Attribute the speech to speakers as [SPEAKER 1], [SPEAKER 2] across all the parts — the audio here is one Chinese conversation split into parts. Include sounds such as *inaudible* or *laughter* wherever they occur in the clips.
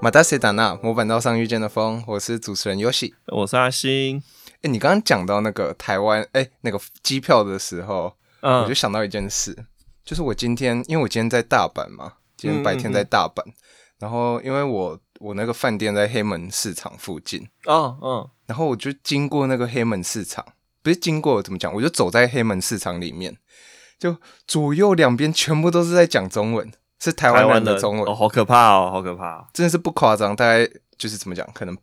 [SPEAKER 1] 马达西达纳，模板道上遇见的风，我是主持人 Yoshi。
[SPEAKER 2] 我是阿星。
[SPEAKER 1] 哎，你刚刚讲到那个台湾，哎，那个机票的时候，我
[SPEAKER 2] 嗯
[SPEAKER 1] 就，想到一件事，就是我今天，因为我今天在大阪嘛，今天白天在大阪，然后因为我我那个饭店在黑门市场附近，
[SPEAKER 2] 哦，嗯，
[SPEAKER 1] 然后我就经过那个黑门市场，不是经过怎么讲，我就走在黑门市场里面，就左右两边全部都是在讲中文，是台湾人的中文，
[SPEAKER 2] 哦，好可怕哦，好可怕哦、
[SPEAKER 1] 真的是不夸张，大概就是怎么讲，可能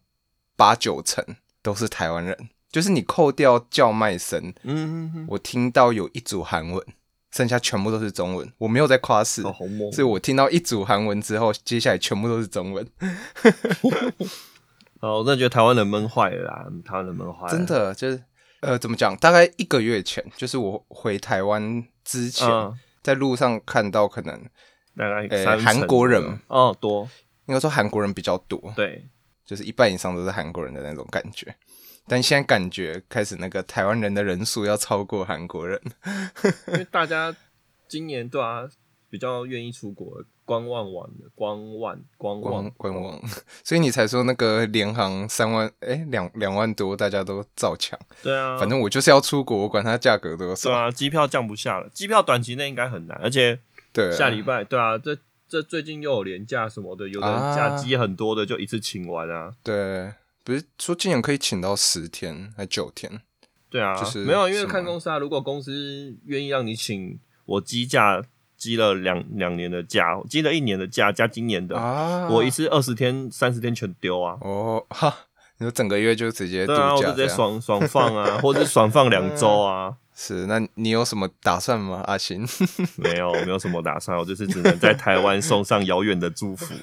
[SPEAKER 1] 八九成都是台湾人，就是你扣掉叫卖声，
[SPEAKER 2] 嗯，
[SPEAKER 1] 我听到有一组韩文，剩下全部都是中文，我没有在夸饰。
[SPEAKER 2] 哦，好猛
[SPEAKER 1] 嗯是我听到一组韩文之后，接下来全部都是中文，
[SPEAKER 2] 哦！我真的觉得台湾人闷坏了啦，台湾人闷坏了，
[SPEAKER 1] 真的就是呃，怎么讲？大概一个月前，就是我回台湾之前，
[SPEAKER 2] 嗯，
[SPEAKER 1] 在路上看到，可能
[SPEAKER 2] 大概
[SPEAKER 1] 呃
[SPEAKER 2] 三成
[SPEAKER 1] 韩国人
[SPEAKER 2] 哦多
[SPEAKER 1] 应该说韩国人比较多，
[SPEAKER 2] 对，
[SPEAKER 1] 就是一半以上都是韩国人的那种感觉。但现在感觉开始那个台湾人的人数要超过韩国人，
[SPEAKER 2] 因为大家今年对啊比较愿意出国观望玩的观望观
[SPEAKER 1] 观
[SPEAKER 2] 望
[SPEAKER 1] 观望，所以你才说那个联航三万，哎、两两万多，大家都照抢。
[SPEAKER 2] 对啊，
[SPEAKER 1] 反正我就是要出国，我管它价格多
[SPEAKER 2] 对
[SPEAKER 1] 少。
[SPEAKER 2] 啊，机票降不下了，机票短期内应该很难，而且
[SPEAKER 1] 对啊，
[SPEAKER 2] 下礼拜对啊，这这最近又有廉价什么的，有的
[SPEAKER 1] 啊
[SPEAKER 2] 人假期很多的就一次请完啊，
[SPEAKER 1] 对，不是说今年可以请到十天还九天？
[SPEAKER 2] 对啊，
[SPEAKER 1] 就是
[SPEAKER 2] 没有，因
[SPEAKER 1] 什
[SPEAKER 2] 为
[SPEAKER 1] 么
[SPEAKER 2] 看公司啊。如果公司愿意让你请我积假，积了两两年的假，积了一年的假加今年的，
[SPEAKER 1] 啊
[SPEAKER 2] 我一次二十天、三十天全丢啊。
[SPEAKER 1] 哦哈，你说整个月就直接度
[SPEAKER 2] 对啊，我就
[SPEAKER 1] 假
[SPEAKER 2] 直
[SPEAKER 1] 这
[SPEAKER 2] 接
[SPEAKER 1] 样？
[SPEAKER 2] 爽爽
[SPEAKER 1] *laughs*
[SPEAKER 2] 放啊，或者是爽放两周啊。
[SPEAKER 1] 是，那你有什么打算吗？阿星，
[SPEAKER 2] 没有，没有什么打算，我就是只能在台湾送上遥远的祝福。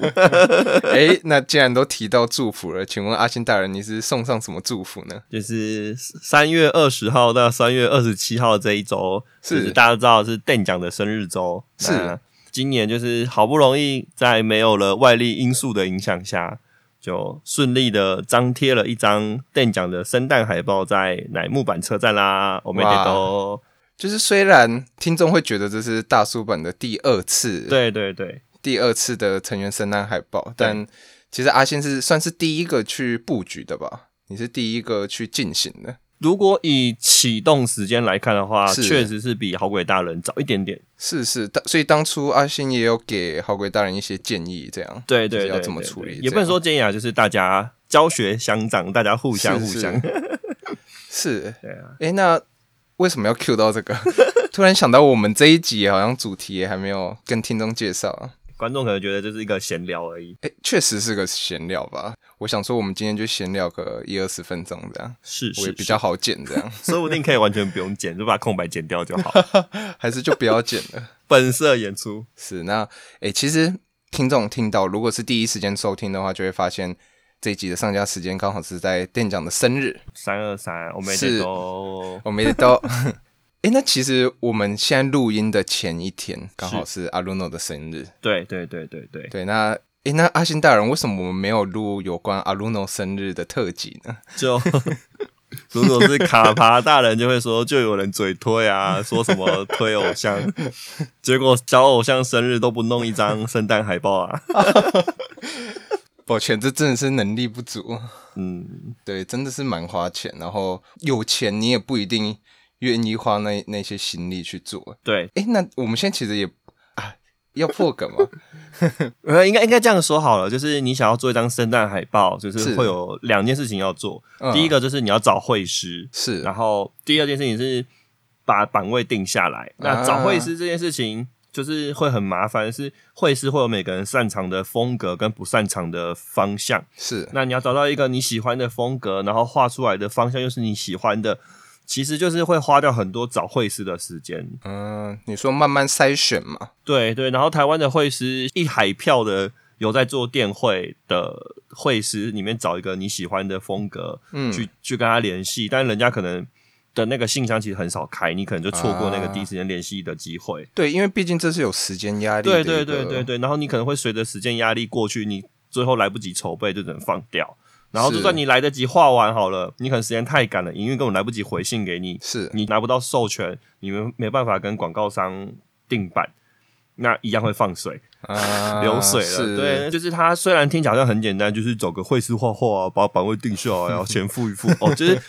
[SPEAKER 1] *laughs* 哎、那既然都提到祝福了，请问阿星大人，你是送上什么祝福呢？
[SPEAKER 2] 就是三月二十号到三月二十七号这一周，
[SPEAKER 1] 是
[SPEAKER 2] 就是大家知道是邓奖的生日周，
[SPEAKER 1] 是
[SPEAKER 2] 那今年就是好不容易在没有了外力因素的影响下，就顺利的张贴了一张邓奖的生诞海报在乃木坂车站啦，我们也都
[SPEAKER 1] 就是虽然听众会觉得这是大叔版的第二次，，
[SPEAKER 2] 对对对
[SPEAKER 1] 第二次的成员生诞海报，但其实阿星是算是第一个去布局的吧？你是第一个去进行的，
[SPEAKER 2] 如果以启动时间来看的话，
[SPEAKER 1] 是
[SPEAKER 2] 确实是比好鬼大人早一点点。
[SPEAKER 1] 是是，当所以当初阿星也有给好鬼大人一些建议，这样
[SPEAKER 2] 对
[SPEAKER 1] 就
[SPEAKER 2] 对
[SPEAKER 1] 是
[SPEAKER 2] 对，
[SPEAKER 1] 要怎么
[SPEAKER 2] 对
[SPEAKER 1] 处
[SPEAKER 2] 对
[SPEAKER 1] 理，
[SPEAKER 2] 也不能说建议啊，就是大家教学相长，大家互
[SPEAKER 1] 互
[SPEAKER 2] 相互相。
[SPEAKER 1] 是。
[SPEAKER 2] 对啊，
[SPEAKER 1] 哎、那为什么要 cue 到这个？ *laughs* 突然想到我们这一集好像主题也还没有跟听众介绍啊。
[SPEAKER 2] 观众可能觉得就是一个闲聊而已，
[SPEAKER 1] 哎、确实是个闲聊吧。我想说，我们今天就闲聊个一二十分钟这样，
[SPEAKER 2] 是
[SPEAKER 1] 我也
[SPEAKER 2] 是
[SPEAKER 1] 比较，好剪这样，
[SPEAKER 2] 是说不定可以完全不用剪，就把空白剪掉就好。
[SPEAKER 1] *laughs* 还是就不要剪了。
[SPEAKER 2] *laughs* 本色演出，
[SPEAKER 1] 是，那诶、其实听众听到，如果是第一时间收听的话，就会发现这一集的上架时间刚好是在店长的生日，
[SPEAKER 2] 三二三，我们
[SPEAKER 1] 是
[SPEAKER 2] 也都
[SPEAKER 1] 我们也到。 *laughs* 诶、那其实我们现在录音的前一天，刚好是阿鲁诺的生日。
[SPEAKER 2] 对对对对对，
[SPEAKER 1] 对，那诶、那阿星大人，为什么我们没有录有关阿鲁诺生日的特辑呢？ *laughs*
[SPEAKER 2] 就如果是卡爬大人，就会说就有人嘴
[SPEAKER 1] *laughs*
[SPEAKER 2] 推啊，说什么推偶像，结果小偶像生日都不弄一张圣诞海报啊。
[SPEAKER 1] 抱歉，这真的是能力不足。
[SPEAKER 2] 嗯，
[SPEAKER 1] 对，真的是蛮花钱，然后有钱你也不一定愿意花那那些心力去做。
[SPEAKER 2] 对，
[SPEAKER 1] 诶、那我们现在其实也啊，要破梗
[SPEAKER 2] *laughs*
[SPEAKER 1] 吗？
[SPEAKER 2] 呃，应该应该这样说好了，就是你想要做一张圣诞海报，就是
[SPEAKER 1] 是
[SPEAKER 2] 会有两件事情要做，
[SPEAKER 1] 嗯
[SPEAKER 2] 第一个就是你要找绘师，
[SPEAKER 1] 是
[SPEAKER 2] 然后第二件事情是把版位定下来。那找会师这件事情就是会很麻烦，是会师会有每个人擅长的风格跟不擅长的方向。
[SPEAKER 1] 是
[SPEAKER 2] 那你要找到一个你喜欢的风格，然后画出来的方向又是你喜欢的，其实就是会花掉很多找会师的时间。
[SPEAKER 1] 嗯，你说慢慢筛选嘛，
[SPEAKER 2] 对对，然后台湾的会师一海票的有在做电绘的会师里面找一个你喜欢的风格，
[SPEAKER 1] 嗯
[SPEAKER 2] 去去跟他联系，但人家可能的那个信箱其实很少开，你可能就错过那个
[SPEAKER 1] 啊
[SPEAKER 2] 第一时间联系的机会。
[SPEAKER 1] 对，因为毕竟这是有时间压力的
[SPEAKER 2] 对
[SPEAKER 1] 一
[SPEAKER 2] 对
[SPEAKER 1] 个，
[SPEAKER 2] 对对对，然后你可能会随着时间压力过去，你最后来不及筹备就只能放掉。然后
[SPEAKER 1] 是
[SPEAKER 2] 就算你来得及画完好了，你可能时间太赶了，营运根本来不及回信给你，
[SPEAKER 1] 是
[SPEAKER 2] 你拿不到授权，你们没办法跟广告商定版。那一样会放水、
[SPEAKER 1] 啊
[SPEAKER 2] 流水
[SPEAKER 1] 是
[SPEAKER 2] 了。对，就是它虽然听起来好像很简单，就是走个会师画画啊，把版位定下来啊，钱付一付 *laughs* 哦，就是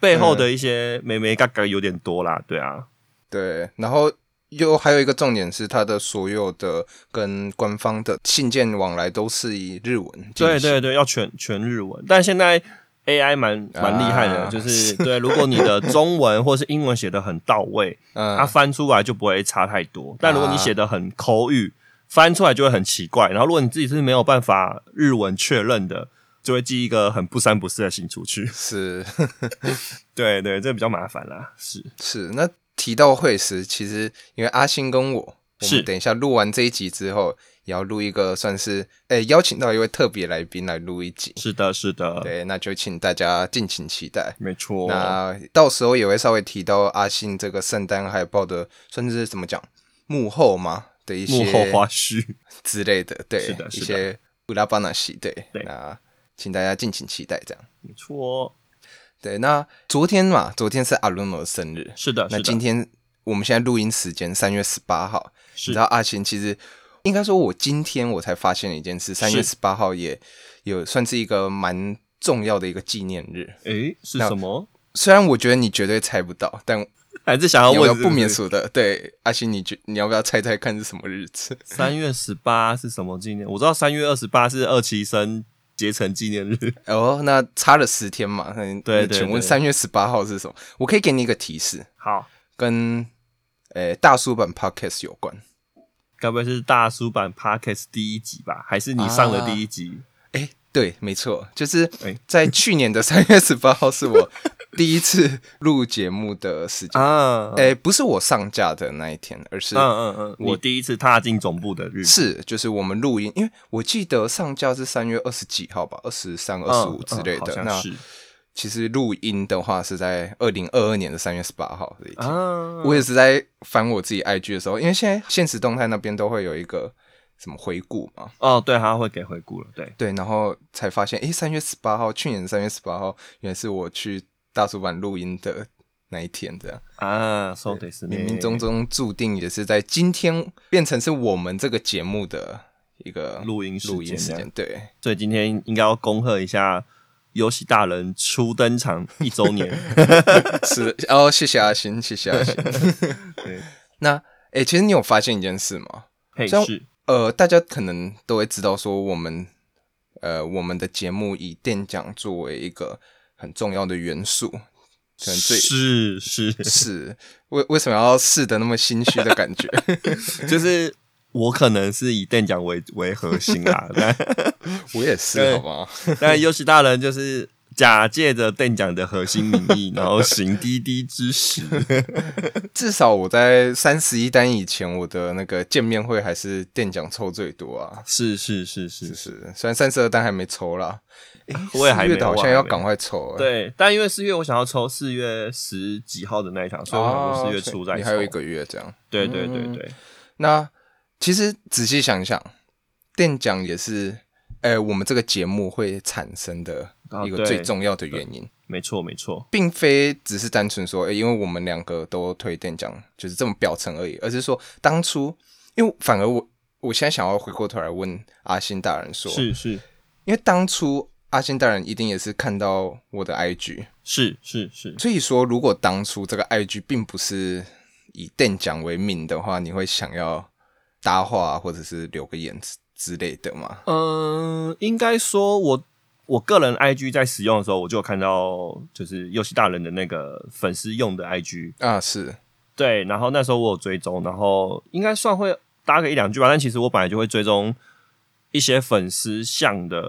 [SPEAKER 2] 背后的一些眉眉嘎嘎有点多啦，对啊，
[SPEAKER 1] 对，然后又还有一个重点是，它的所有的跟官方的信件往来都是以日文进
[SPEAKER 2] *laughs* 对
[SPEAKER 1] 行。
[SPEAKER 2] 对对，要全全日文，但现在 AI 蛮蛮厉害的，
[SPEAKER 1] 啊
[SPEAKER 2] 就是对，如果你的中文或是英文写的很到 *laughs* 位，
[SPEAKER 1] 嗯
[SPEAKER 2] 它翻出来就不会差太多。但如果你写的很口语，翻出来就会很奇怪。然后如果你自己是没有办法日文确认的，就会寄一个很不三不四的信出去。
[SPEAKER 1] 是
[SPEAKER 2] 对对，这比较麻烦啦。是
[SPEAKER 1] 是。那提到会师，其实因为阿星跟我，我
[SPEAKER 2] 是
[SPEAKER 1] 们等一下录完这一集之后，也要录一个算是诶、邀请到一位特别来宾来录一集。
[SPEAKER 2] 是的，是的，
[SPEAKER 1] 对，那就请大家敬请期待。
[SPEAKER 2] 没错。
[SPEAKER 1] 那到时候也会稍微提到阿信这个圣诞海报的，甚至是怎么讲幕后嘛的一些
[SPEAKER 2] 幕后花絮，
[SPEAKER 1] 之类的，对，
[SPEAKER 2] 是的是的
[SPEAKER 1] 一些乌拉巴纳西，对，
[SPEAKER 2] 对
[SPEAKER 1] 那请大家敬请期待这样。
[SPEAKER 2] 没错。
[SPEAKER 1] 对，那昨天嘛，昨天是阿伦诺的生日，
[SPEAKER 2] 是的，
[SPEAKER 1] 那
[SPEAKER 2] 是
[SPEAKER 1] 今
[SPEAKER 2] 的，
[SPEAKER 1] 天我们现在录音时间三月十八号，你
[SPEAKER 2] 是
[SPEAKER 1] 知道阿贤其实应该说，我今天我才发现了一件事，三月十八号也有算是一个蛮重要的一个纪念日，
[SPEAKER 2] 诶，是
[SPEAKER 1] 那 *laughs*
[SPEAKER 2] 什么？
[SPEAKER 1] 虽然我觉得你绝对猜不到，但
[SPEAKER 2] 还是想要
[SPEAKER 1] 你要
[SPEAKER 2] 问
[SPEAKER 1] 不要
[SPEAKER 2] 是是
[SPEAKER 1] 不免俗的，对，阿信，你觉你要不要猜猜看是什么日子？ *laughs*
[SPEAKER 2] 三月十八是什么纪念？我知道三月二十八是二期生结成纪念日。
[SPEAKER 1] 哦，那差了十天嘛？那你
[SPEAKER 2] 对
[SPEAKER 1] 你
[SPEAKER 2] 对
[SPEAKER 1] 请问
[SPEAKER 2] 对
[SPEAKER 1] 三月十八号是什么？我可以给你一个提示，
[SPEAKER 2] 好，
[SPEAKER 1] 跟呃、大叔版 podcast 有关。
[SPEAKER 2] *laughs* 该不会是大叔版 Podcast 第一集吧？还是你上的第一集？
[SPEAKER 1] 哎、对，没错，就是
[SPEAKER 2] 哎
[SPEAKER 1] 在去年的三月十八号是我第一次录节目的时间。
[SPEAKER 2] 啊，
[SPEAKER 1] 哎、不是我上架的那一天，而是、
[SPEAKER 2] 嗯嗯嗯，
[SPEAKER 1] 我
[SPEAKER 2] 你第一次踏进总部的日子，
[SPEAKER 1] 是就是我们录音，因为我记得上架是三月二十几号吧，二十三、
[SPEAKER 2] 嗯
[SPEAKER 1] 二十五之类
[SPEAKER 2] 嗯好
[SPEAKER 1] 的。
[SPEAKER 2] 像
[SPEAKER 1] 那
[SPEAKER 2] 是
[SPEAKER 1] 其实录音的话是在二零二二年的三月十八号这一天。
[SPEAKER 2] 啊，
[SPEAKER 1] 我也是在翻我自己 IG 的时候，因为现在现实动态那边都会有一个什么回顾嘛，
[SPEAKER 2] 哦，对，他会给回顾了，对，
[SPEAKER 1] 对，然后才发现，诶，三月十八号，去年三月十八号，原来是我去大叔版录音的那一天，这样
[SPEAKER 2] 啊，说的是
[SPEAKER 1] 冥冥中中注定也是在今天变成是我们这个节目的一个
[SPEAKER 2] 录音时间
[SPEAKER 1] 录音时
[SPEAKER 2] 这
[SPEAKER 1] 间
[SPEAKER 2] 样，
[SPEAKER 1] 对，
[SPEAKER 2] 所以今天应该要恭贺一下游戏大人初登场一周年，
[SPEAKER 1] *laughs* 是哦，谢谢阿星，谢谢阿星。
[SPEAKER 2] *laughs* 对，
[SPEAKER 1] 那诶，其实你有发现一件事吗？
[SPEAKER 2] 嘿
[SPEAKER 1] 像
[SPEAKER 2] 是，
[SPEAKER 1] 呃，大家可能都会知道说，我们呃我们的节目以电讲作为一个很重要的元素，可能最 *laughs*
[SPEAKER 2] 是是，
[SPEAKER 1] 是为为什么要试的那么心虚的
[SPEAKER 2] *laughs*
[SPEAKER 1] 感觉？
[SPEAKER 2] 就是我可能是以电奖为为核心啦， *laughs* 但
[SPEAKER 1] 我也是，
[SPEAKER 2] 对
[SPEAKER 1] 好吗？
[SPEAKER 2] 但优喜大人就是假借着电奖的核心名义，然后行滴滴
[SPEAKER 1] *laughs*
[SPEAKER 2] 之实，
[SPEAKER 1] 至少我在三十一单以前，我的那个见面会还是电讲抽最多啊。
[SPEAKER 2] 是是是，
[SPEAKER 1] 就是是，虽然三十二单还没抽啦，诶
[SPEAKER 2] 我也还
[SPEAKER 1] 四月的
[SPEAKER 2] 没
[SPEAKER 1] 好
[SPEAKER 2] 我
[SPEAKER 1] 像
[SPEAKER 2] 还
[SPEAKER 1] 要
[SPEAKER 2] 没
[SPEAKER 1] 赶快抽、欸。
[SPEAKER 2] 对，但因为四月我想要抽四月十几号的那一场，所以我想
[SPEAKER 1] 哦，
[SPEAKER 2] 说四月初再抽。
[SPEAKER 1] 你还有一，个嗯月这样。
[SPEAKER 2] 对对对对，
[SPEAKER 1] 那其实仔细想一想，电奖也是，呃，我们这个节目会产生的
[SPEAKER 2] 啊
[SPEAKER 1] 一个
[SPEAKER 2] 对
[SPEAKER 1] 最重要的原因，
[SPEAKER 2] 没错没错，
[SPEAKER 1] 并非只是单纯说，诶，因为我们两个都推电奖，就是这么表层而已，而是说当初，因为反而我我现在想要回过头来问阿星大人说，
[SPEAKER 2] 是是
[SPEAKER 1] 因为当初阿星大人一定也是看到我的 IG，
[SPEAKER 2] 是是是，
[SPEAKER 1] 所以说如果当初这个 IG 并不是以电奖为名的话，你会想要搭话或者是留个言之之类的吗？
[SPEAKER 2] 嗯，应该说我我个人 IG 在使用的时候，我就有看到就是优喜大人的那个粉丝用的 IG，
[SPEAKER 1] 啊，是
[SPEAKER 2] 对，然后那时候我有追踪，然后应该算会搭个一两句吧。但其实我本来就会追踪一些粉丝向的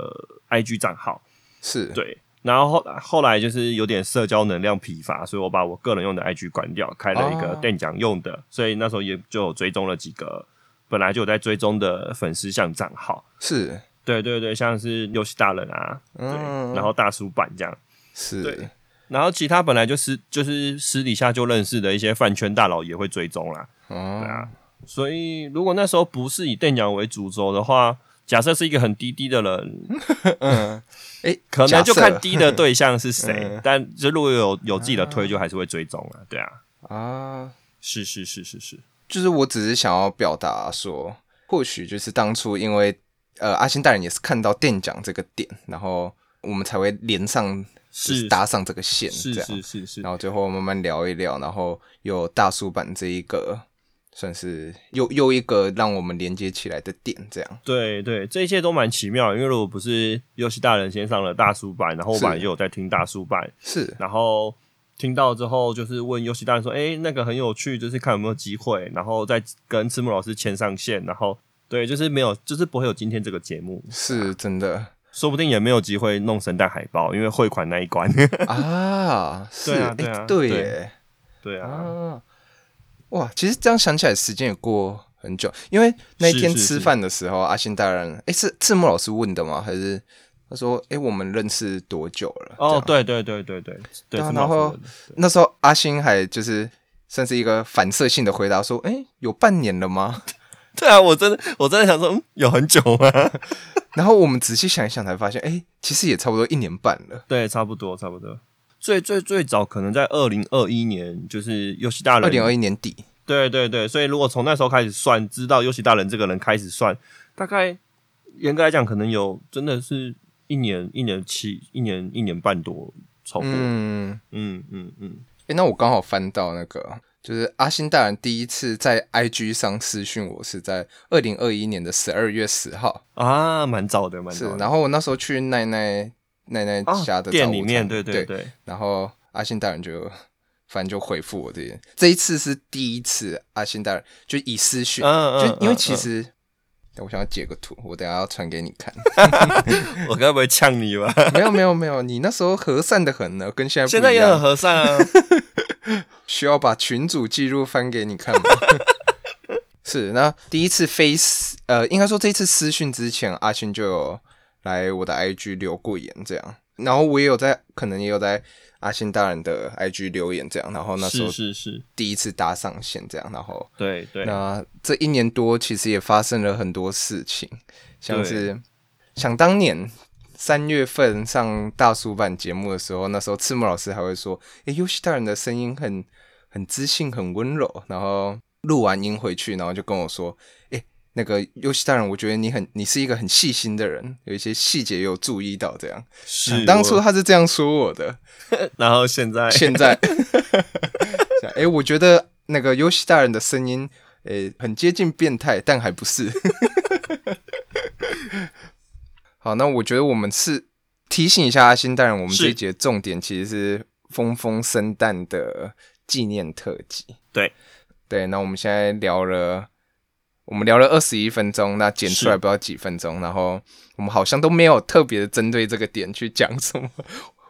[SPEAKER 2] IG 账号，
[SPEAKER 1] 是，
[SPEAKER 2] 对。然后后后来就是有点社交能量疲乏，所以我把我个人用的 IG 关掉，开了一个
[SPEAKER 1] 哦
[SPEAKER 2] 店长用的，所以那时候也就有追踪了几个本来就有在追踪的粉丝向账号。
[SPEAKER 1] 是
[SPEAKER 2] 对对对，像是游戏大人啊，对，
[SPEAKER 1] 嗯
[SPEAKER 2] 然后大叔版这样。
[SPEAKER 1] 是
[SPEAKER 2] 对，然后其他本来就私就是私底下就认识的一些饭圈大佬也会追踪啦，对
[SPEAKER 1] 哦，
[SPEAKER 2] 啊，所以如果那时候不是以电奖为主轴的话，假设是一个很低低的
[SPEAKER 1] *laughs*
[SPEAKER 2] 人，
[SPEAKER 1] 哎，
[SPEAKER 2] 可
[SPEAKER 1] 假
[SPEAKER 2] 能就
[SPEAKER 1] 设
[SPEAKER 2] 看低的对象是谁。
[SPEAKER 1] 嗯
[SPEAKER 2] *laughs* 但啊就如果有有自己的推，就还是会追踪啊，对啊，
[SPEAKER 1] 啊，
[SPEAKER 2] 是是是是是，
[SPEAKER 1] 就是我只是想要表达说，或许就是当初因为呃阿星大人也是看到店长这个点，然后我们才会连上就是
[SPEAKER 2] 是
[SPEAKER 1] 搭上这个线，
[SPEAKER 2] 是
[SPEAKER 1] 这样，
[SPEAKER 2] 是是是
[SPEAKER 1] 然，后最后慢慢聊一聊，然后有大叔版这一个算是又又一个让我们连接起来的点，这样
[SPEAKER 2] 对对，这一切都蛮奇妙的。因为如果不是游戏大人先上了大叔版，然后我
[SPEAKER 1] 是
[SPEAKER 2] 本来就有在听大叔版，
[SPEAKER 1] 是
[SPEAKER 2] 然后听到之后就是问游戏大人说：“哎，那个很有趣，就是看有没有机会。”然后再跟赤木老师牵上线，然后对，就是没有，就是不会有今天这个节目，
[SPEAKER 1] 是真的
[SPEAKER 2] 说不定也没有机会弄神蛋海报，因为汇款那一关。 *laughs*
[SPEAKER 1] 啊，是
[SPEAKER 2] 对啊
[SPEAKER 1] 哎
[SPEAKER 2] 对啊
[SPEAKER 1] 对
[SPEAKER 2] 对
[SPEAKER 1] 耶。
[SPEAKER 2] 对啊，
[SPEAKER 1] 啊，哇，其实这样想起来，时间也过很久，因为那一
[SPEAKER 2] 是
[SPEAKER 1] 天
[SPEAKER 2] 是
[SPEAKER 1] 吃
[SPEAKER 2] 是
[SPEAKER 1] 饭的时候，阿信大人，哎、是赤木老师问的吗？还是他说，哎、我们认识多久了？这
[SPEAKER 2] 哦
[SPEAKER 1] 样，，
[SPEAKER 2] 对对对对对对，
[SPEAKER 1] 啊然
[SPEAKER 2] 是毛
[SPEAKER 1] 后
[SPEAKER 2] 福文的
[SPEAKER 1] 那时候阿星还就是算是一个反射性的回答说，哎、有半年了吗？ *laughs*
[SPEAKER 2] 对啊，我真的我真的想说，嗯，有很久吗？ *laughs*
[SPEAKER 1] 然后我们仔细想一想，才发现，哎、其实也差不多一年半了。
[SPEAKER 2] 对，差不多，差不多。最最最早可能在二零二一年，就是游戏大人。
[SPEAKER 1] 二零二一年底，
[SPEAKER 2] 对对对，所以如果从那时候开始算，知道游戏大人这个人开始算，大概严格来讲，可能有真的是一年一年七一年一年半多，超过。嗯
[SPEAKER 1] 嗯，
[SPEAKER 2] 嗯嗯嗯，
[SPEAKER 1] 哎、那我刚好翻到那个，就是阿星大人第一次在 IG 上私讯我是在二零二一年的十二月十号，
[SPEAKER 2] 啊，蛮早的，蛮
[SPEAKER 1] 是
[SPEAKER 2] 早，的。
[SPEAKER 1] 然后我那时候去奶奶奶奶家
[SPEAKER 2] 啊，
[SPEAKER 1] 的、
[SPEAKER 2] 店里面，对
[SPEAKER 1] 对
[SPEAKER 2] 对对，
[SPEAKER 1] 然后阿信大人就反正就回复我这些，这一次是第一次阿信大人就以私讯，
[SPEAKER 2] 嗯嗯
[SPEAKER 1] 就因为其
[SPEAKER 2] 嗯
[SPEAKER 1] 实、哎我想要截个图，我等一下要传给你看， *laughs*
[SPEAKER 2] 我该不会呛你吧？
[SPEAKER 1] 没有没有没有，你那时候和善的很呢，跟现在
[SPEAKER 2] 现
[SPEAKER 1] 不
[SPEAKER 2] 在
[SPEAKER 1] 一
[SPEAKER 2] 也很
[SPEAKER 1] 样，
[SPEAKER 2] 和善
[SPEAKER 1] *laughs*
[SPEAKER 2] 啊。
[SPEAKER 1] 需要把群主记录翻给你看吗？ *laughs* 是，那第一次非私，呃，应该说这一次私讯之前，阿勋就有来我的 IG 留过言，这样，然后我也有在，可能也有在阿勋大人的 IG 留言这样，然后那时
[SPEAKER 2] 是
[SPEAKER 1] 候
[SPEAKER 2] 是是，
[SPEAKER 1] 第一次搭上线这样，然后
[SPEAKER 2] 对对，
[SPEAKER 1] 那这一年多其实也发生了很多事情，像
[SPEAKER 2] 对
[SPEAKER 1] 是想当年三月份上大叔版节目的时候，那时候赤木老师还会说：“诶，优西大人的声音很很知性，很温柔。”然后录完音回去，然后就跟我说：“诶，那个优西大人，我觉得你很你是一个很细心的人，有一些细节也有注意到。”这样，
[SPEAKER 2] 是
[SPEAKER 1] 当初
[SPEAKER 2] 我
[SPEAKER 1] 他是这样说我的，
[SPEAKER 2] 然后现在
[SPEAKER 1] 现在， *laughs* 哎、诶我觉得那个游戏大人的声音，诶、很接近变态，但还不是。 *laughs* 好，那我觉得我们是提醒一下阿星大人，我们
[SPEAKER 2] 是
[SPEAKER 1] 这一节重点其实是峰峰生诞的纪念特辑。
[SPEAKER 2] 对
[SPEAKER 1] 对，那我们现在聊了。我们聊了二十一分钟，那剪出来
[SPEAKER 2] 是
[SPEAKER 1] 不知道几分钟，然后我们好像都没有特别的针对这个点去讲什么，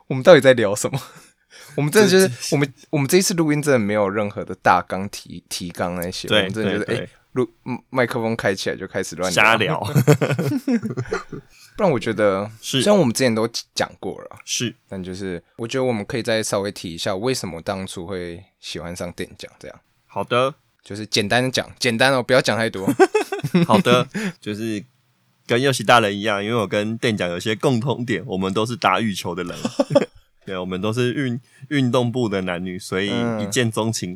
[SPEAKER 1] 我们到底在聊什么？ *laughs* 我们真的就是我们我们这一次录音真的没有任何的大纲提提纲那些，我
[SPEAKER 2] 对
[SPEAKER 1] 们真的哎就是
[SPEAKER 2] 对
[SPEAKER 1] 哎
[SPEAKER 2] 对
[SPEAKER 1] 录嗯麦克风开起来就开始乱
[SPEAKER 2] 瞎聊
[SPEAKER 1] *laughs* 不然我觉得
[SPEAKER 2] 是
[SPEAKER 1] 虽然我们之前都讲过了，
[SPEAKER 2] 是。
[SPEAKER 1] 但就是我觉得我们可以再稍微提一下为什么当初会喜欢上电讲这样。
[SPEAKER 2] 好的，
[SPEAKER 1] 就是简单的讲，简单哦，不要讲太多。
[SPEAKER 2] 好的， *laughs* 就是跟右西大人一样，因为我跟店长有些共通点，我们都是打羽球
[SPEAKER 1] *laughs*
[SPEAKER 2] 的人，对，我们都是运运动部的男女，所以
[SPEAKER 1] 嗯
[SPEAKER 2] 一见钟情。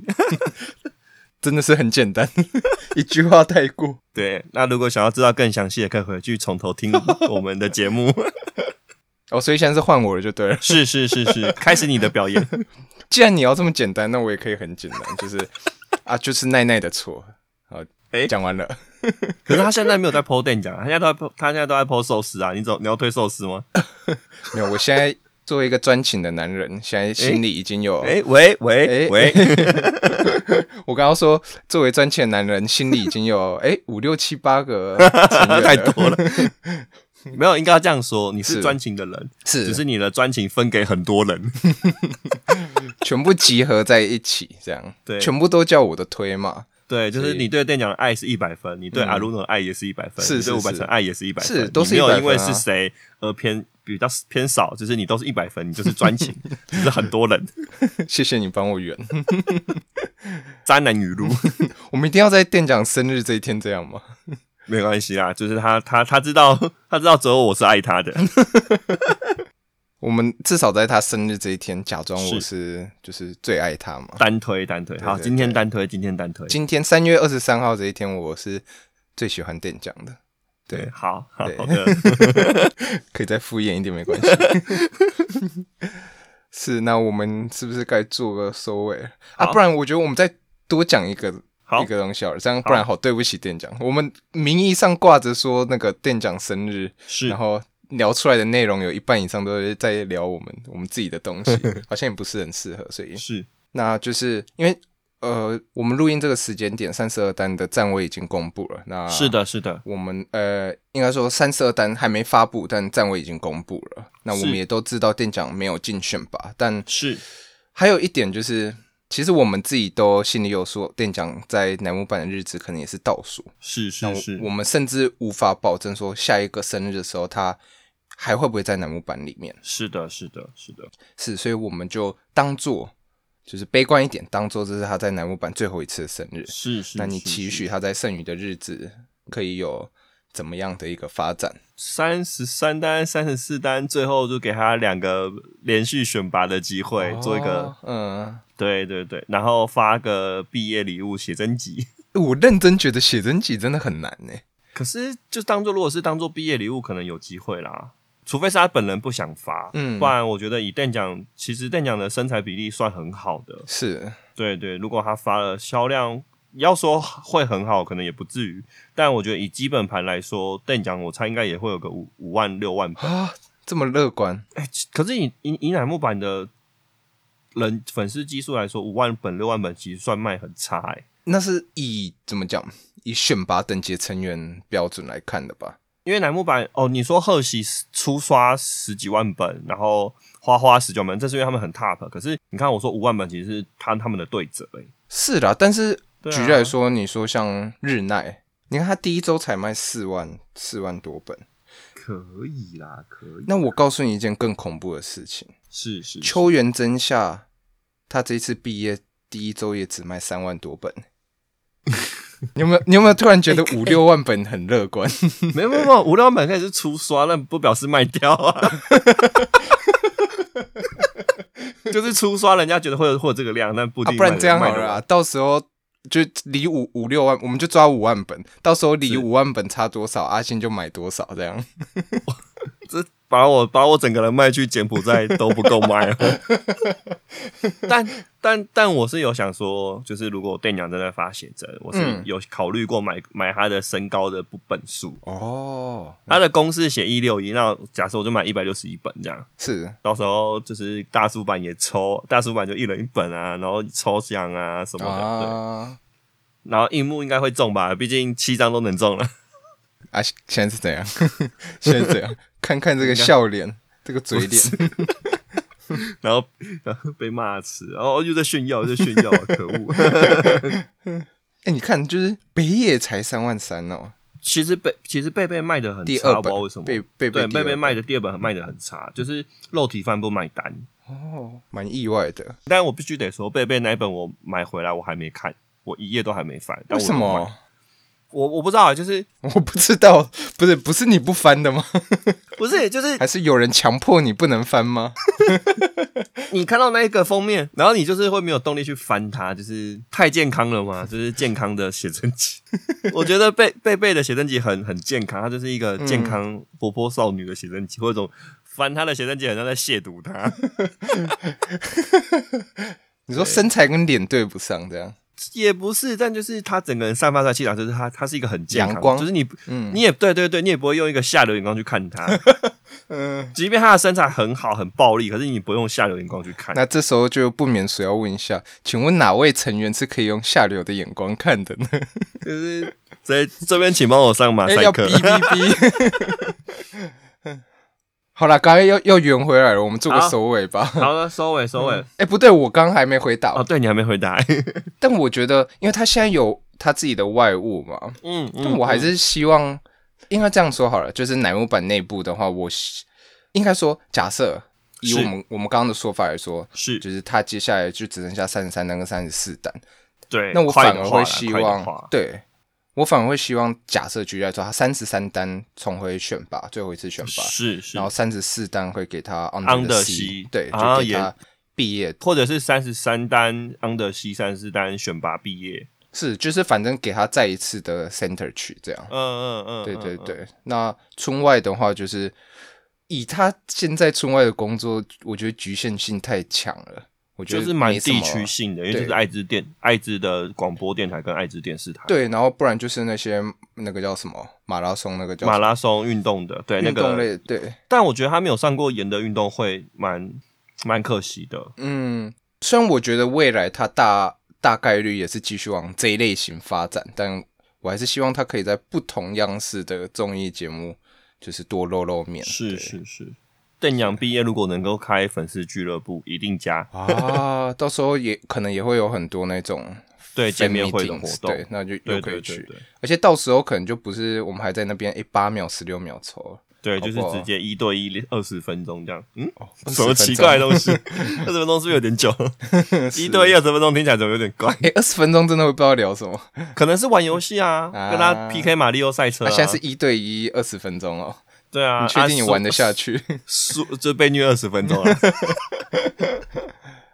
[SPEAKER 1] 真的是很简单， *laughs* 一句话带过。
[SPEAKER 2] 对，那如果想要知道更详细的，可以回去从头听我们的
[SPEAKER 1] *laughs*
[SPEAKER 2] 节目。
[SPEAKER 1] 哦，所以现在是换我了就对了。
[SPEAKER 2] 是是是是，开始你的
[SPEAKER 1] *laughs*
[SPEAKER 2] 表演。
[SPEAKER 1] 既然你要这么简单，那我也可以很简单， *laughs* 就是啊，就是奈奈的错。好，
[SPEAKER 2] 哎
[SPEAKER 1] 讲完了。
[SPEAKER 2] 可是他现在没有在 PO 店长，他现在都在 po, 他现在都在 PO 寿司啊。你怎么你要推寿司吗？
[SPEAKER 1] 没有，我现在作为一个专情的男人， *laughs* 现在心里已经有，
[SPEAKER 2] 哎、喂喂
[SPEAKER 1] 哎
[SPEAKER 2] 喂，
[SPEAKER 1] 我刚刚说作为专情的男人，心里已经
[SPEAKER 2] *laughs*
[SPEAKER 1] 有哎、五六七八个情人
[SPEAKER 2] *laughs* 太
[SPEAKER 1] 了，*laughs*
[SPEAKER 2] 多了。没有，应该要这样说，你是
[SPEAKER 1] 是
[SPEAKER 2] 专情的人，
[SPEAKER 1] 是
[SPEAKER 2] 只是你的专情分给很多人。
[SPEAKER 1] 全部集合在一起，这样，
[SPEAKER 2] 对
[SPEAKER 1] 全部都叫我的推嘛， *laughs*
[SPEAKER 2] 对，就是你对店长的爱是一百分，你对阿鲁诺的爱也是一百分，
[SPEAKER 1] 嗯是
[SPEAKER 2] 你对
[SPEAKER 1] 是
[SPEAKER 2] 五百
[SPEAKER 1] 是
[SPEAKER 2] 层爱也是一百分，
[SPEAKER 1] 是都是
[SPEAKER 2] 你没
[SPEAKER 1] 100
[SPEAKER 2] 有因为
[SPEAKER 1] 分啊
[SPEAKER 2] 是谁而偏比较偏少，就是你都是一百分，你就是
[SPEAKER 1] *laughs*
[SPEAKER 2] 专情，只是很多人
[SPEAKER 1] 谢谢你帮我圆， *laughs*
[SPEAKER 2] 渣男语录
[SPEAKER 1] 我们一定要在店长生日这一天这样吗？
[SPEAKER 2] 没
[SPEAKER 1] *laughs*
[SPEAKER 2] 关系啦，就是他他他知道他知道只有我是爱他的，
[SPEAKER 1] 我们至少在他生日这一天，假装我是就是最爱他嘛。
[SPEAKER 2] 单推单推，好，
[SPEAKER 1] 对对
[SPEAKER 2] 今天单推，今天单推，
[SPEAKER 1] 今天三月二十三号这一天，我是最喜欢店长的， *laughs*
[SPEAKER 2] 对，好好
[SPEAKER 1] 对 *laughs*
[SPEAKER 2] 的，
[SPEAKER 1] 可以再敷衍一点没关系。 *laughs* 是，那我们是不是该做个收尾了啊？
[SPEAKER 2] 好
[SPEAKER 1] 不然我觉得我们再多讲一个
[SPEAKER 2] 好
[SPEAKER 1] 一个东西好了，这样不然好对不起店长。我们名义上挂着说那个店长生日，
[SPEAKER 2] 是
[SPEAKER 1] 然后聊出来的内容有一半以上都是在聊我们我们自己的东
[SPEAKER 2] *laughs*
[SPEAKER 1] 西，好像也不是很适合，所以
[SPEAKER 2] 是
[SPEAKER 1] 那就是因为呃，我们录音这个时间点，三十二单的站位已经公布了。那
[SPEAKER 2] 是，的，是的，
[SPEAKER 1] 我们呃，应该说三十二单还没发布，但站位已经公布了。那我们
[SPEAKER 2] 是
[SPEAKER 1] 也都知道店长没有竞选吧？但
[SPEAKER 2] 是
[SPEAKER 1] 还有一点就是，其实我们自己都心里有数，店长在乃木坂的日子可能也是倒数。
[SPEAKER 2] 是
[SPEAKER 1] 那
[SPEAKER 2] 是
[SPEAKER 1] 我
[SPEAKER 2] 是
[SPEAKER 1] 我，们甚至无法保证说下一个生日的时候他。还会不会在乃木坂里面？
[SPEAKER 2] 是的，是的，是的，
[SPEAKER 1] 是，所以我们就当做就是悲观一点，当做这是他在乃木坂最后一次的生日。
[SPEAKER 2] 是是。
[SPEAKER 1] 那你
[SPEAKER 2] 是
[SPEAKER 1] 期
[SPEAKER 2] 是
[SPEAKER 1] 许他在剩余的日子可以有怎么样的一个发展？
[SPEAKER 2] 三十三单、三十四单，最后就给他两个连续选拔的机会，
[SPEAKER 1] 哦
[SPEAKER 2] 做一个
[SPEAKER 1] 嗯，
[SPEAKER 2] 对对对，然后发个毕业礼物写真集。 *laughs*
[SPEAKER 1] 我认真觉得写真集真的很难呢、
[SPEAKER 2] 可是就当做如果是当做毕业礼物，可能有机会啦，除非是他本人不想发，
[SPEAKER 1] 嗯
[SPEAKER 2] 不然我觉得以邓奖，其实邓奖的身材比例算很好的，
[SPEAKER 1] 是，
[SPEAKER 2] 对对，如果他发了销量。要说会很好，可能也不至于，但我觉得以基本盘来说，邓奖我猜应该也会有个五五万六万
[SPEAKER 1] 啊，这么乐观，
[SPEAKER 2] 哎，其可是以以以乃木坂的人粉丝基数来说，五万本、六万本其实算卖很差哎、
[SPEAKER 1] 那是以怎么讲？以选拔等级成员标准来看的吧？
[SPEAKER 2] 因为乃木坂哦，你说贺喜初刷十几万本，然后花花十九万本，这是因为他们很 top。可是你看我说五万本，其实是他他们的对折哎、
[SPEAKER 1] 是啦，但是
[SPEAKER 2] 对啊
[SPEAKER 1] 举例来说，你说像日奈，你看他第一周才卖四万四万多本，
[SPEAKER 2] 可以啦，可以。
[SPEAKER 1] 那我告诉你一件更恐怖的事情：
[SPEAKER 2] 是是是
[SPEAKER 1] 秋元真夏，他这一次毕业第一周也只卖三万多
[SPEAKER 2] *laughs*
[SPEAKER 1] 本。你有没有？你有没有突然觉得五六万本很乐观？
[SPEAKER 2] 没有没有没有，五六万本可以是初刷，但不表示卖掉啊。 *laughs* 就是初刷，人家觉得会有会有这个量，但不一
[SPEAKER 1] 啊，
[SPEAKER 2] 定、
[SPEAKER 1] 不然这样好了啊，，到时候就离五五六万，我们就抓五万本，到时候离
[SPEAKER 2] 是
[SPEAKER 1] 五万本差多少，阿信就买多少，这样
[SPEAKER 2] 这把我把我整个人卖去柬埔寨都不够卖了。但但但我是有想说，就是如果我店长真的发写真，我是
[SPEAKER 1] 嗯
[SPEAKER 2] 有考虑过买买他的身高的不本数。
[SPEAKER 1] 哦，
[SPEAKER 2] 他的公式写一六一，那假设我就买一百六十一本这样，
[SPEAKER 1] 是
[SPEAKER 2] 到时候就是大叔版也抽，大叔版就一人一本啊，然后抽奖啊什么的，对，
[SPEAKER 1] 啊
[SPEAKER 2] 然后樱木应该会中吧，毕竟七张都能中了， *laughs*
[SPEAKER 1] 啊，现在是怎样？ *laughs* 现在是
[SPEAKER 2] *laughs*
[SPEAKER 1] 怎样？看看这个笑脸，这个嘴脸，
[SPEAKER 2] 然后 *laughs* 然后被骂死，然后又在炫耀，又在炫耀，可恶。
[SPEAKER 1] 哎、你看，就是北野才三万三哦，
[SPEAKER 2] 其实贝其实贝贝卖的很
[SPEAKER 1] 第
[SPEAKER 2] 差，
[SPEAKER 1] 二
[SPEAKER 2] 我不知道
[SPEAKER 1] 本
[SPEAKER 2] 为什么。
[SPEAKER 1] 贝贝贝
[SPEAKER 2] 对贝贝
[SPEAKER 1] 卖
[SPEAKER 2] 卖的第二本卖的很差，就是肉体饭不买单。
[SPEAKER 1] 哦，蛮意外的。
[SPEAKER 2] 但我必须得说，贝贝那一本我买回来我还没看，我一页都还没翻。但
[SPEAKER 1] 为
[SPEAKER 2] 我
[SPEAKER 1] 什
[SPEAKER 2] 有买？
[SPEAKER 1] 么？
[SPEAKER 2] 我我不知道啊，就是
[SPEAKER 1] 我不知道，不是不是你不翻的吗？ *laughs*
[SPEAKER 2] 不是就是
[SPEAKER 1] 还是有人强迫你不能翻吗？
[SPEAKER 2] 你看到那一个封面，然后你就是会没有动力去翻它，就是太健康
[SPEAKER 1] *laughs*
[SPEAKER 2] 了嘛，就是健康的写真集。我觉得贝贝贝的写真集很很健康，它就是一个健
[SPEAKER 1] 嗯
[SPEAKER 2] 康活泼少女的写真集，或者种翻她的写真集，很像在亵渎她。
[SPEAKER 1] 你说身材跟脸对不上，这样
[SPEAKER 2] 也不是，但就是他整个人散发出来气场，就是他他是一个很健康的，
[SPEAKER 1] 阳光
[SPEAKER 2] 就是你、你也对对对，你也不会用一个下流眼光去看他。
[SPEAKER 1] *laughs* 嗯，
[SPEAKER 2] 即便他的身材很好很暴力，可是你不用下流眼光去看。
[SPEAKER 1] 那这时候就不免俗要问一下，请问哪位成员是可以用下流的眼光看的呢？
[SPEAKER 2] 就是这这边请帮我上马
[SPEAKER 1] 哎、*laughs*
[SPEAKER 2] 赛 *laughs*
[SPEAKER 1] 要
[SPEAKER 2] 克。
[SPEAKER 1] 哔哔哔。 *laughs* 好啦，刚才要要圆回来了，我们做个
[SPEAKER 2] 好
[SPEAKER 1] 收尾吧。
[SPEAKER 2] 好了，收尾收尾。
[SPEAKER 1] 哎、不对，我刚还没回答，
[SPEAKER 2] 哦，对你还没回答。
[SPEAKER 1] 但我觉得，因为他现在有他自己的外物嘛，
[SPEAKER 2] *laughs* 嗯，
[SPEAKER 1] 但我还是希望，应该这样说好了，就是乃木坂内部的话，我希应该说，假设以
[SPEAKER 2] 是
[SPEAKER 1] 我们我们刚刚的说法来说，
[SPEAKER 2] 是
[SPEAKER 1] 就是他接下来就只剩下三十三单跟三十四单，
[SPEAKER 2] 对。
[SPEAKER 1] 那我
[SPEAKER 2] 快
[SPEAKER 1] 反
[SPEAKER 2] 点
[SPEAKER 1] 而
[SPEAKER 2] 画
[SPEAKER 1] 会
[SPEAKER 2] 啦
[SPEAKER 1] 希
[SPEAKER 2] 快点
[SPEAKER 1] 望
[SPEAKER 2] 画，
[SPEAKER 1] 对我反而会希望，假设举例来说，他三十三单重回选拔，最后一次选拔，
[SPEAKER 2] 是是
[SPEAKER 1] 然，后三十四单会给他
[SPEAKER 2] Under
[SPEAKER 1] under
[SPEAKER 2] C
[SPEAKER 1] C，对，
[SPEAKER 2] 啊
[SPEAKER 1] 就给
[SPEAKER 2] 也
[SPEAKER 1] 他毕业，
[SPEAKER 2] 或者是三十三单 under C 三十四单选拔毕业，
[SPEAKER 1] 是就是反正给他再一次的 center 去这样。
[SPEAKER 2] 嗯嗯嗯，
[SPEAKER 1] 对对
[SPEAKER 2] 嗯，
[SPEAKER 1] 对，那村外的话，就是以他现在村外的工作，我觉得局限性太强了，我觉
[SPEAKER 2] 就
[SPEAKER 1] 得
[SPEAKER 2] 是蛮
[SPEAKER 1] 没什
[SPEAKER 2] 地
[SPEAKER 1] 么
[SPEAKER 2] 区性的，因为
[SPEAKER 1] 对
[SPEAKER 2] 就是爱知电、爱知的广播电台跟爱知电视台，，
[SPEAKER 1] 对，然后不然就是那些那个叫什么马拉松，那个叫
[SPEAKER 2] 马
[SPEAKER 1] 什么
[SPEAKER 2] 拉松运动的，对那
[SPEAKER 1] 运动
[SPEAKER 2] 个，
[SPEAKER 1] 类，对，
[SPEAKER 2] 但我觉得他没有上过盐的运动会，蛮蛮可惜的。
[SPEAKER 1] 嗯，虽然我觉得未来他大大概率也是继续往这一类型发展，但我还是希望他可以在不同样式的综艺节目，就是多露露面。
[SPEAKER 2] 是
[SPEAKER 1] 对
[SPEAKER 2] 是是，邓阳毕业如果能够开粉丝俱乐部，一定加。
[SPEAKER 1] 啊，到时候也可能也会有很多那种
[SPEAKER 2] 对
[SPEAKER 1] fan
[SPEAKER 2] 见面会的活
[SPEAKER 1] meetings，
[SPEAKER 2] 动
[SPEAKER 1] 对，那就
[SPEAKER 2] 对
[SPEAKER 1] 又可
[SPEAKER 2] 对
[SPEAKER 1] 以
[SPEAKER 2] 对
[SPEAKER 1] 去。
[SPEAKER 2] 对
[SPEAKER 1] 而且到时候可能就不是我们还在那边诶哎八秒、十六秒抽，
[SPEAKER 2] 对，
[SPEAKER 1] 好
[SPEAKER 2] 就是
[SPEAKER 1] 不好啊哦
[SPEAKER 2] 直接一对一二十分钟这样。嗯，
[SPEAKER 1] 20
[SPEAKER 2] 什么奇怪的东西？ *laughs* 二十分钟是不是有点
[SPEAKER 1] *laughs*
[SPEAKER 2] 久？一对一二十分钟听起来怎么有点怪？
[SPEAKER 1] 诶哎二十分钟真的会不知道聊什么。
[SPEAKER 2] 可能是玩游戏啊，
[SPEAKER 1] 啊
[SPEAKER 2] 跟他 PK 马里奥赛车、
[SPEAKER 1] 那、
[SPEAKER 2] 啊。
[SPEAKER 1] 现在是一对一二十分钟哦，
[SPEAKER 2] 对啊，
[SPEAKER 1] 你确定你玩得
[SPEAKER 2] 啊
[SPEAKER 1] 下去？ *laughs*
[SPEAKER 2] 输输就被虐二十分钟 *laughs* 啊？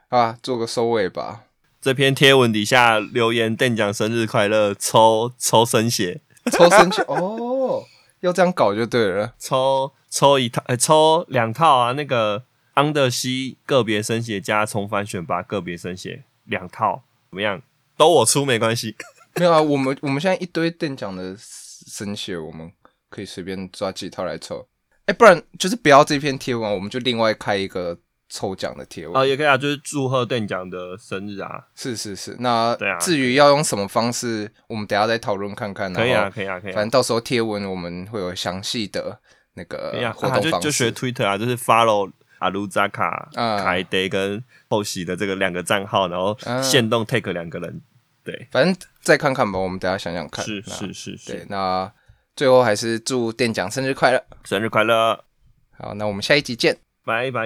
[SPEAKER 1] 啊，做个收尾吧。
[SPEAKER 2] 这篇贴文底下留言，邓奖生日快乐，抽抽生血，
[SPEAKER 1] 抽身去哦，要这样搞就对了。
[SPEAKER 2] 抽抽一套，呃、抽两套啊，那个安德西个别生血加重返选拔个别生血两套，怎么样？都我出没关系。
[SPEAKER 1] 没有啊，我们我们现在一堆邓奖的生血，我们可以随便抓几套来抽。哎、不然就是不要这篇贴文，我们就另外开一个抽奖的贴文。
[SPEAKER 2] 啊，也可以啊，就是祝贺邓奖的生日啊，
[SPEAKER 1] 是是是，那
[SPEAKER 2] 对啊
[SPEAKER 1] 至于要用什么方式，我们等一下再讨论看看。
[SPEAKER 2] 可以啊，
[SPEAKER 1] 然后
[SPEAKER 2] 可以啊，可以
[SPEAKER 1] 反
[SPEAKER 2] 啊，
[SPEAKER 1] 正到时候贴文我们会有详细的那
[SPEAKER 2] 可以啊
[SPEAKER 1] 个，活
[SPEAKER 2] 啊
[SPEAKER 1] 动
[SPEAKER 2] 就就
[SPEAKER 1] 方
[SPEAKER 2] 学
[SPEAKER 1] 式。
[SPEAKER 2] Twitter 啊，就是 follow 阿鲁扎卡、
[SPEAKER 1] 啊
[SPEAKER 2] 凯德跟后喜的这个两个账号，然后
[SPEAKER 1] 啊
[SPEAKER 2] 限动 take 两个人，对，
[SPEAKER 1] 反正再看看吧，我们等一下想想看。
[SPEAKER 2] 是
[SPEAKER 1] 那
[SPEAKER 2] 是是
[SPEAKER 1] 对
[SPEAKER 2] 是，，
[SPEAKER 1] 那最后还是祝店长生日快乐。
[SPEAKER 2] 生日快乐，
[SPEAKER 1] 好，那我们下一集见。
[SPEAKER 2] 拜拜。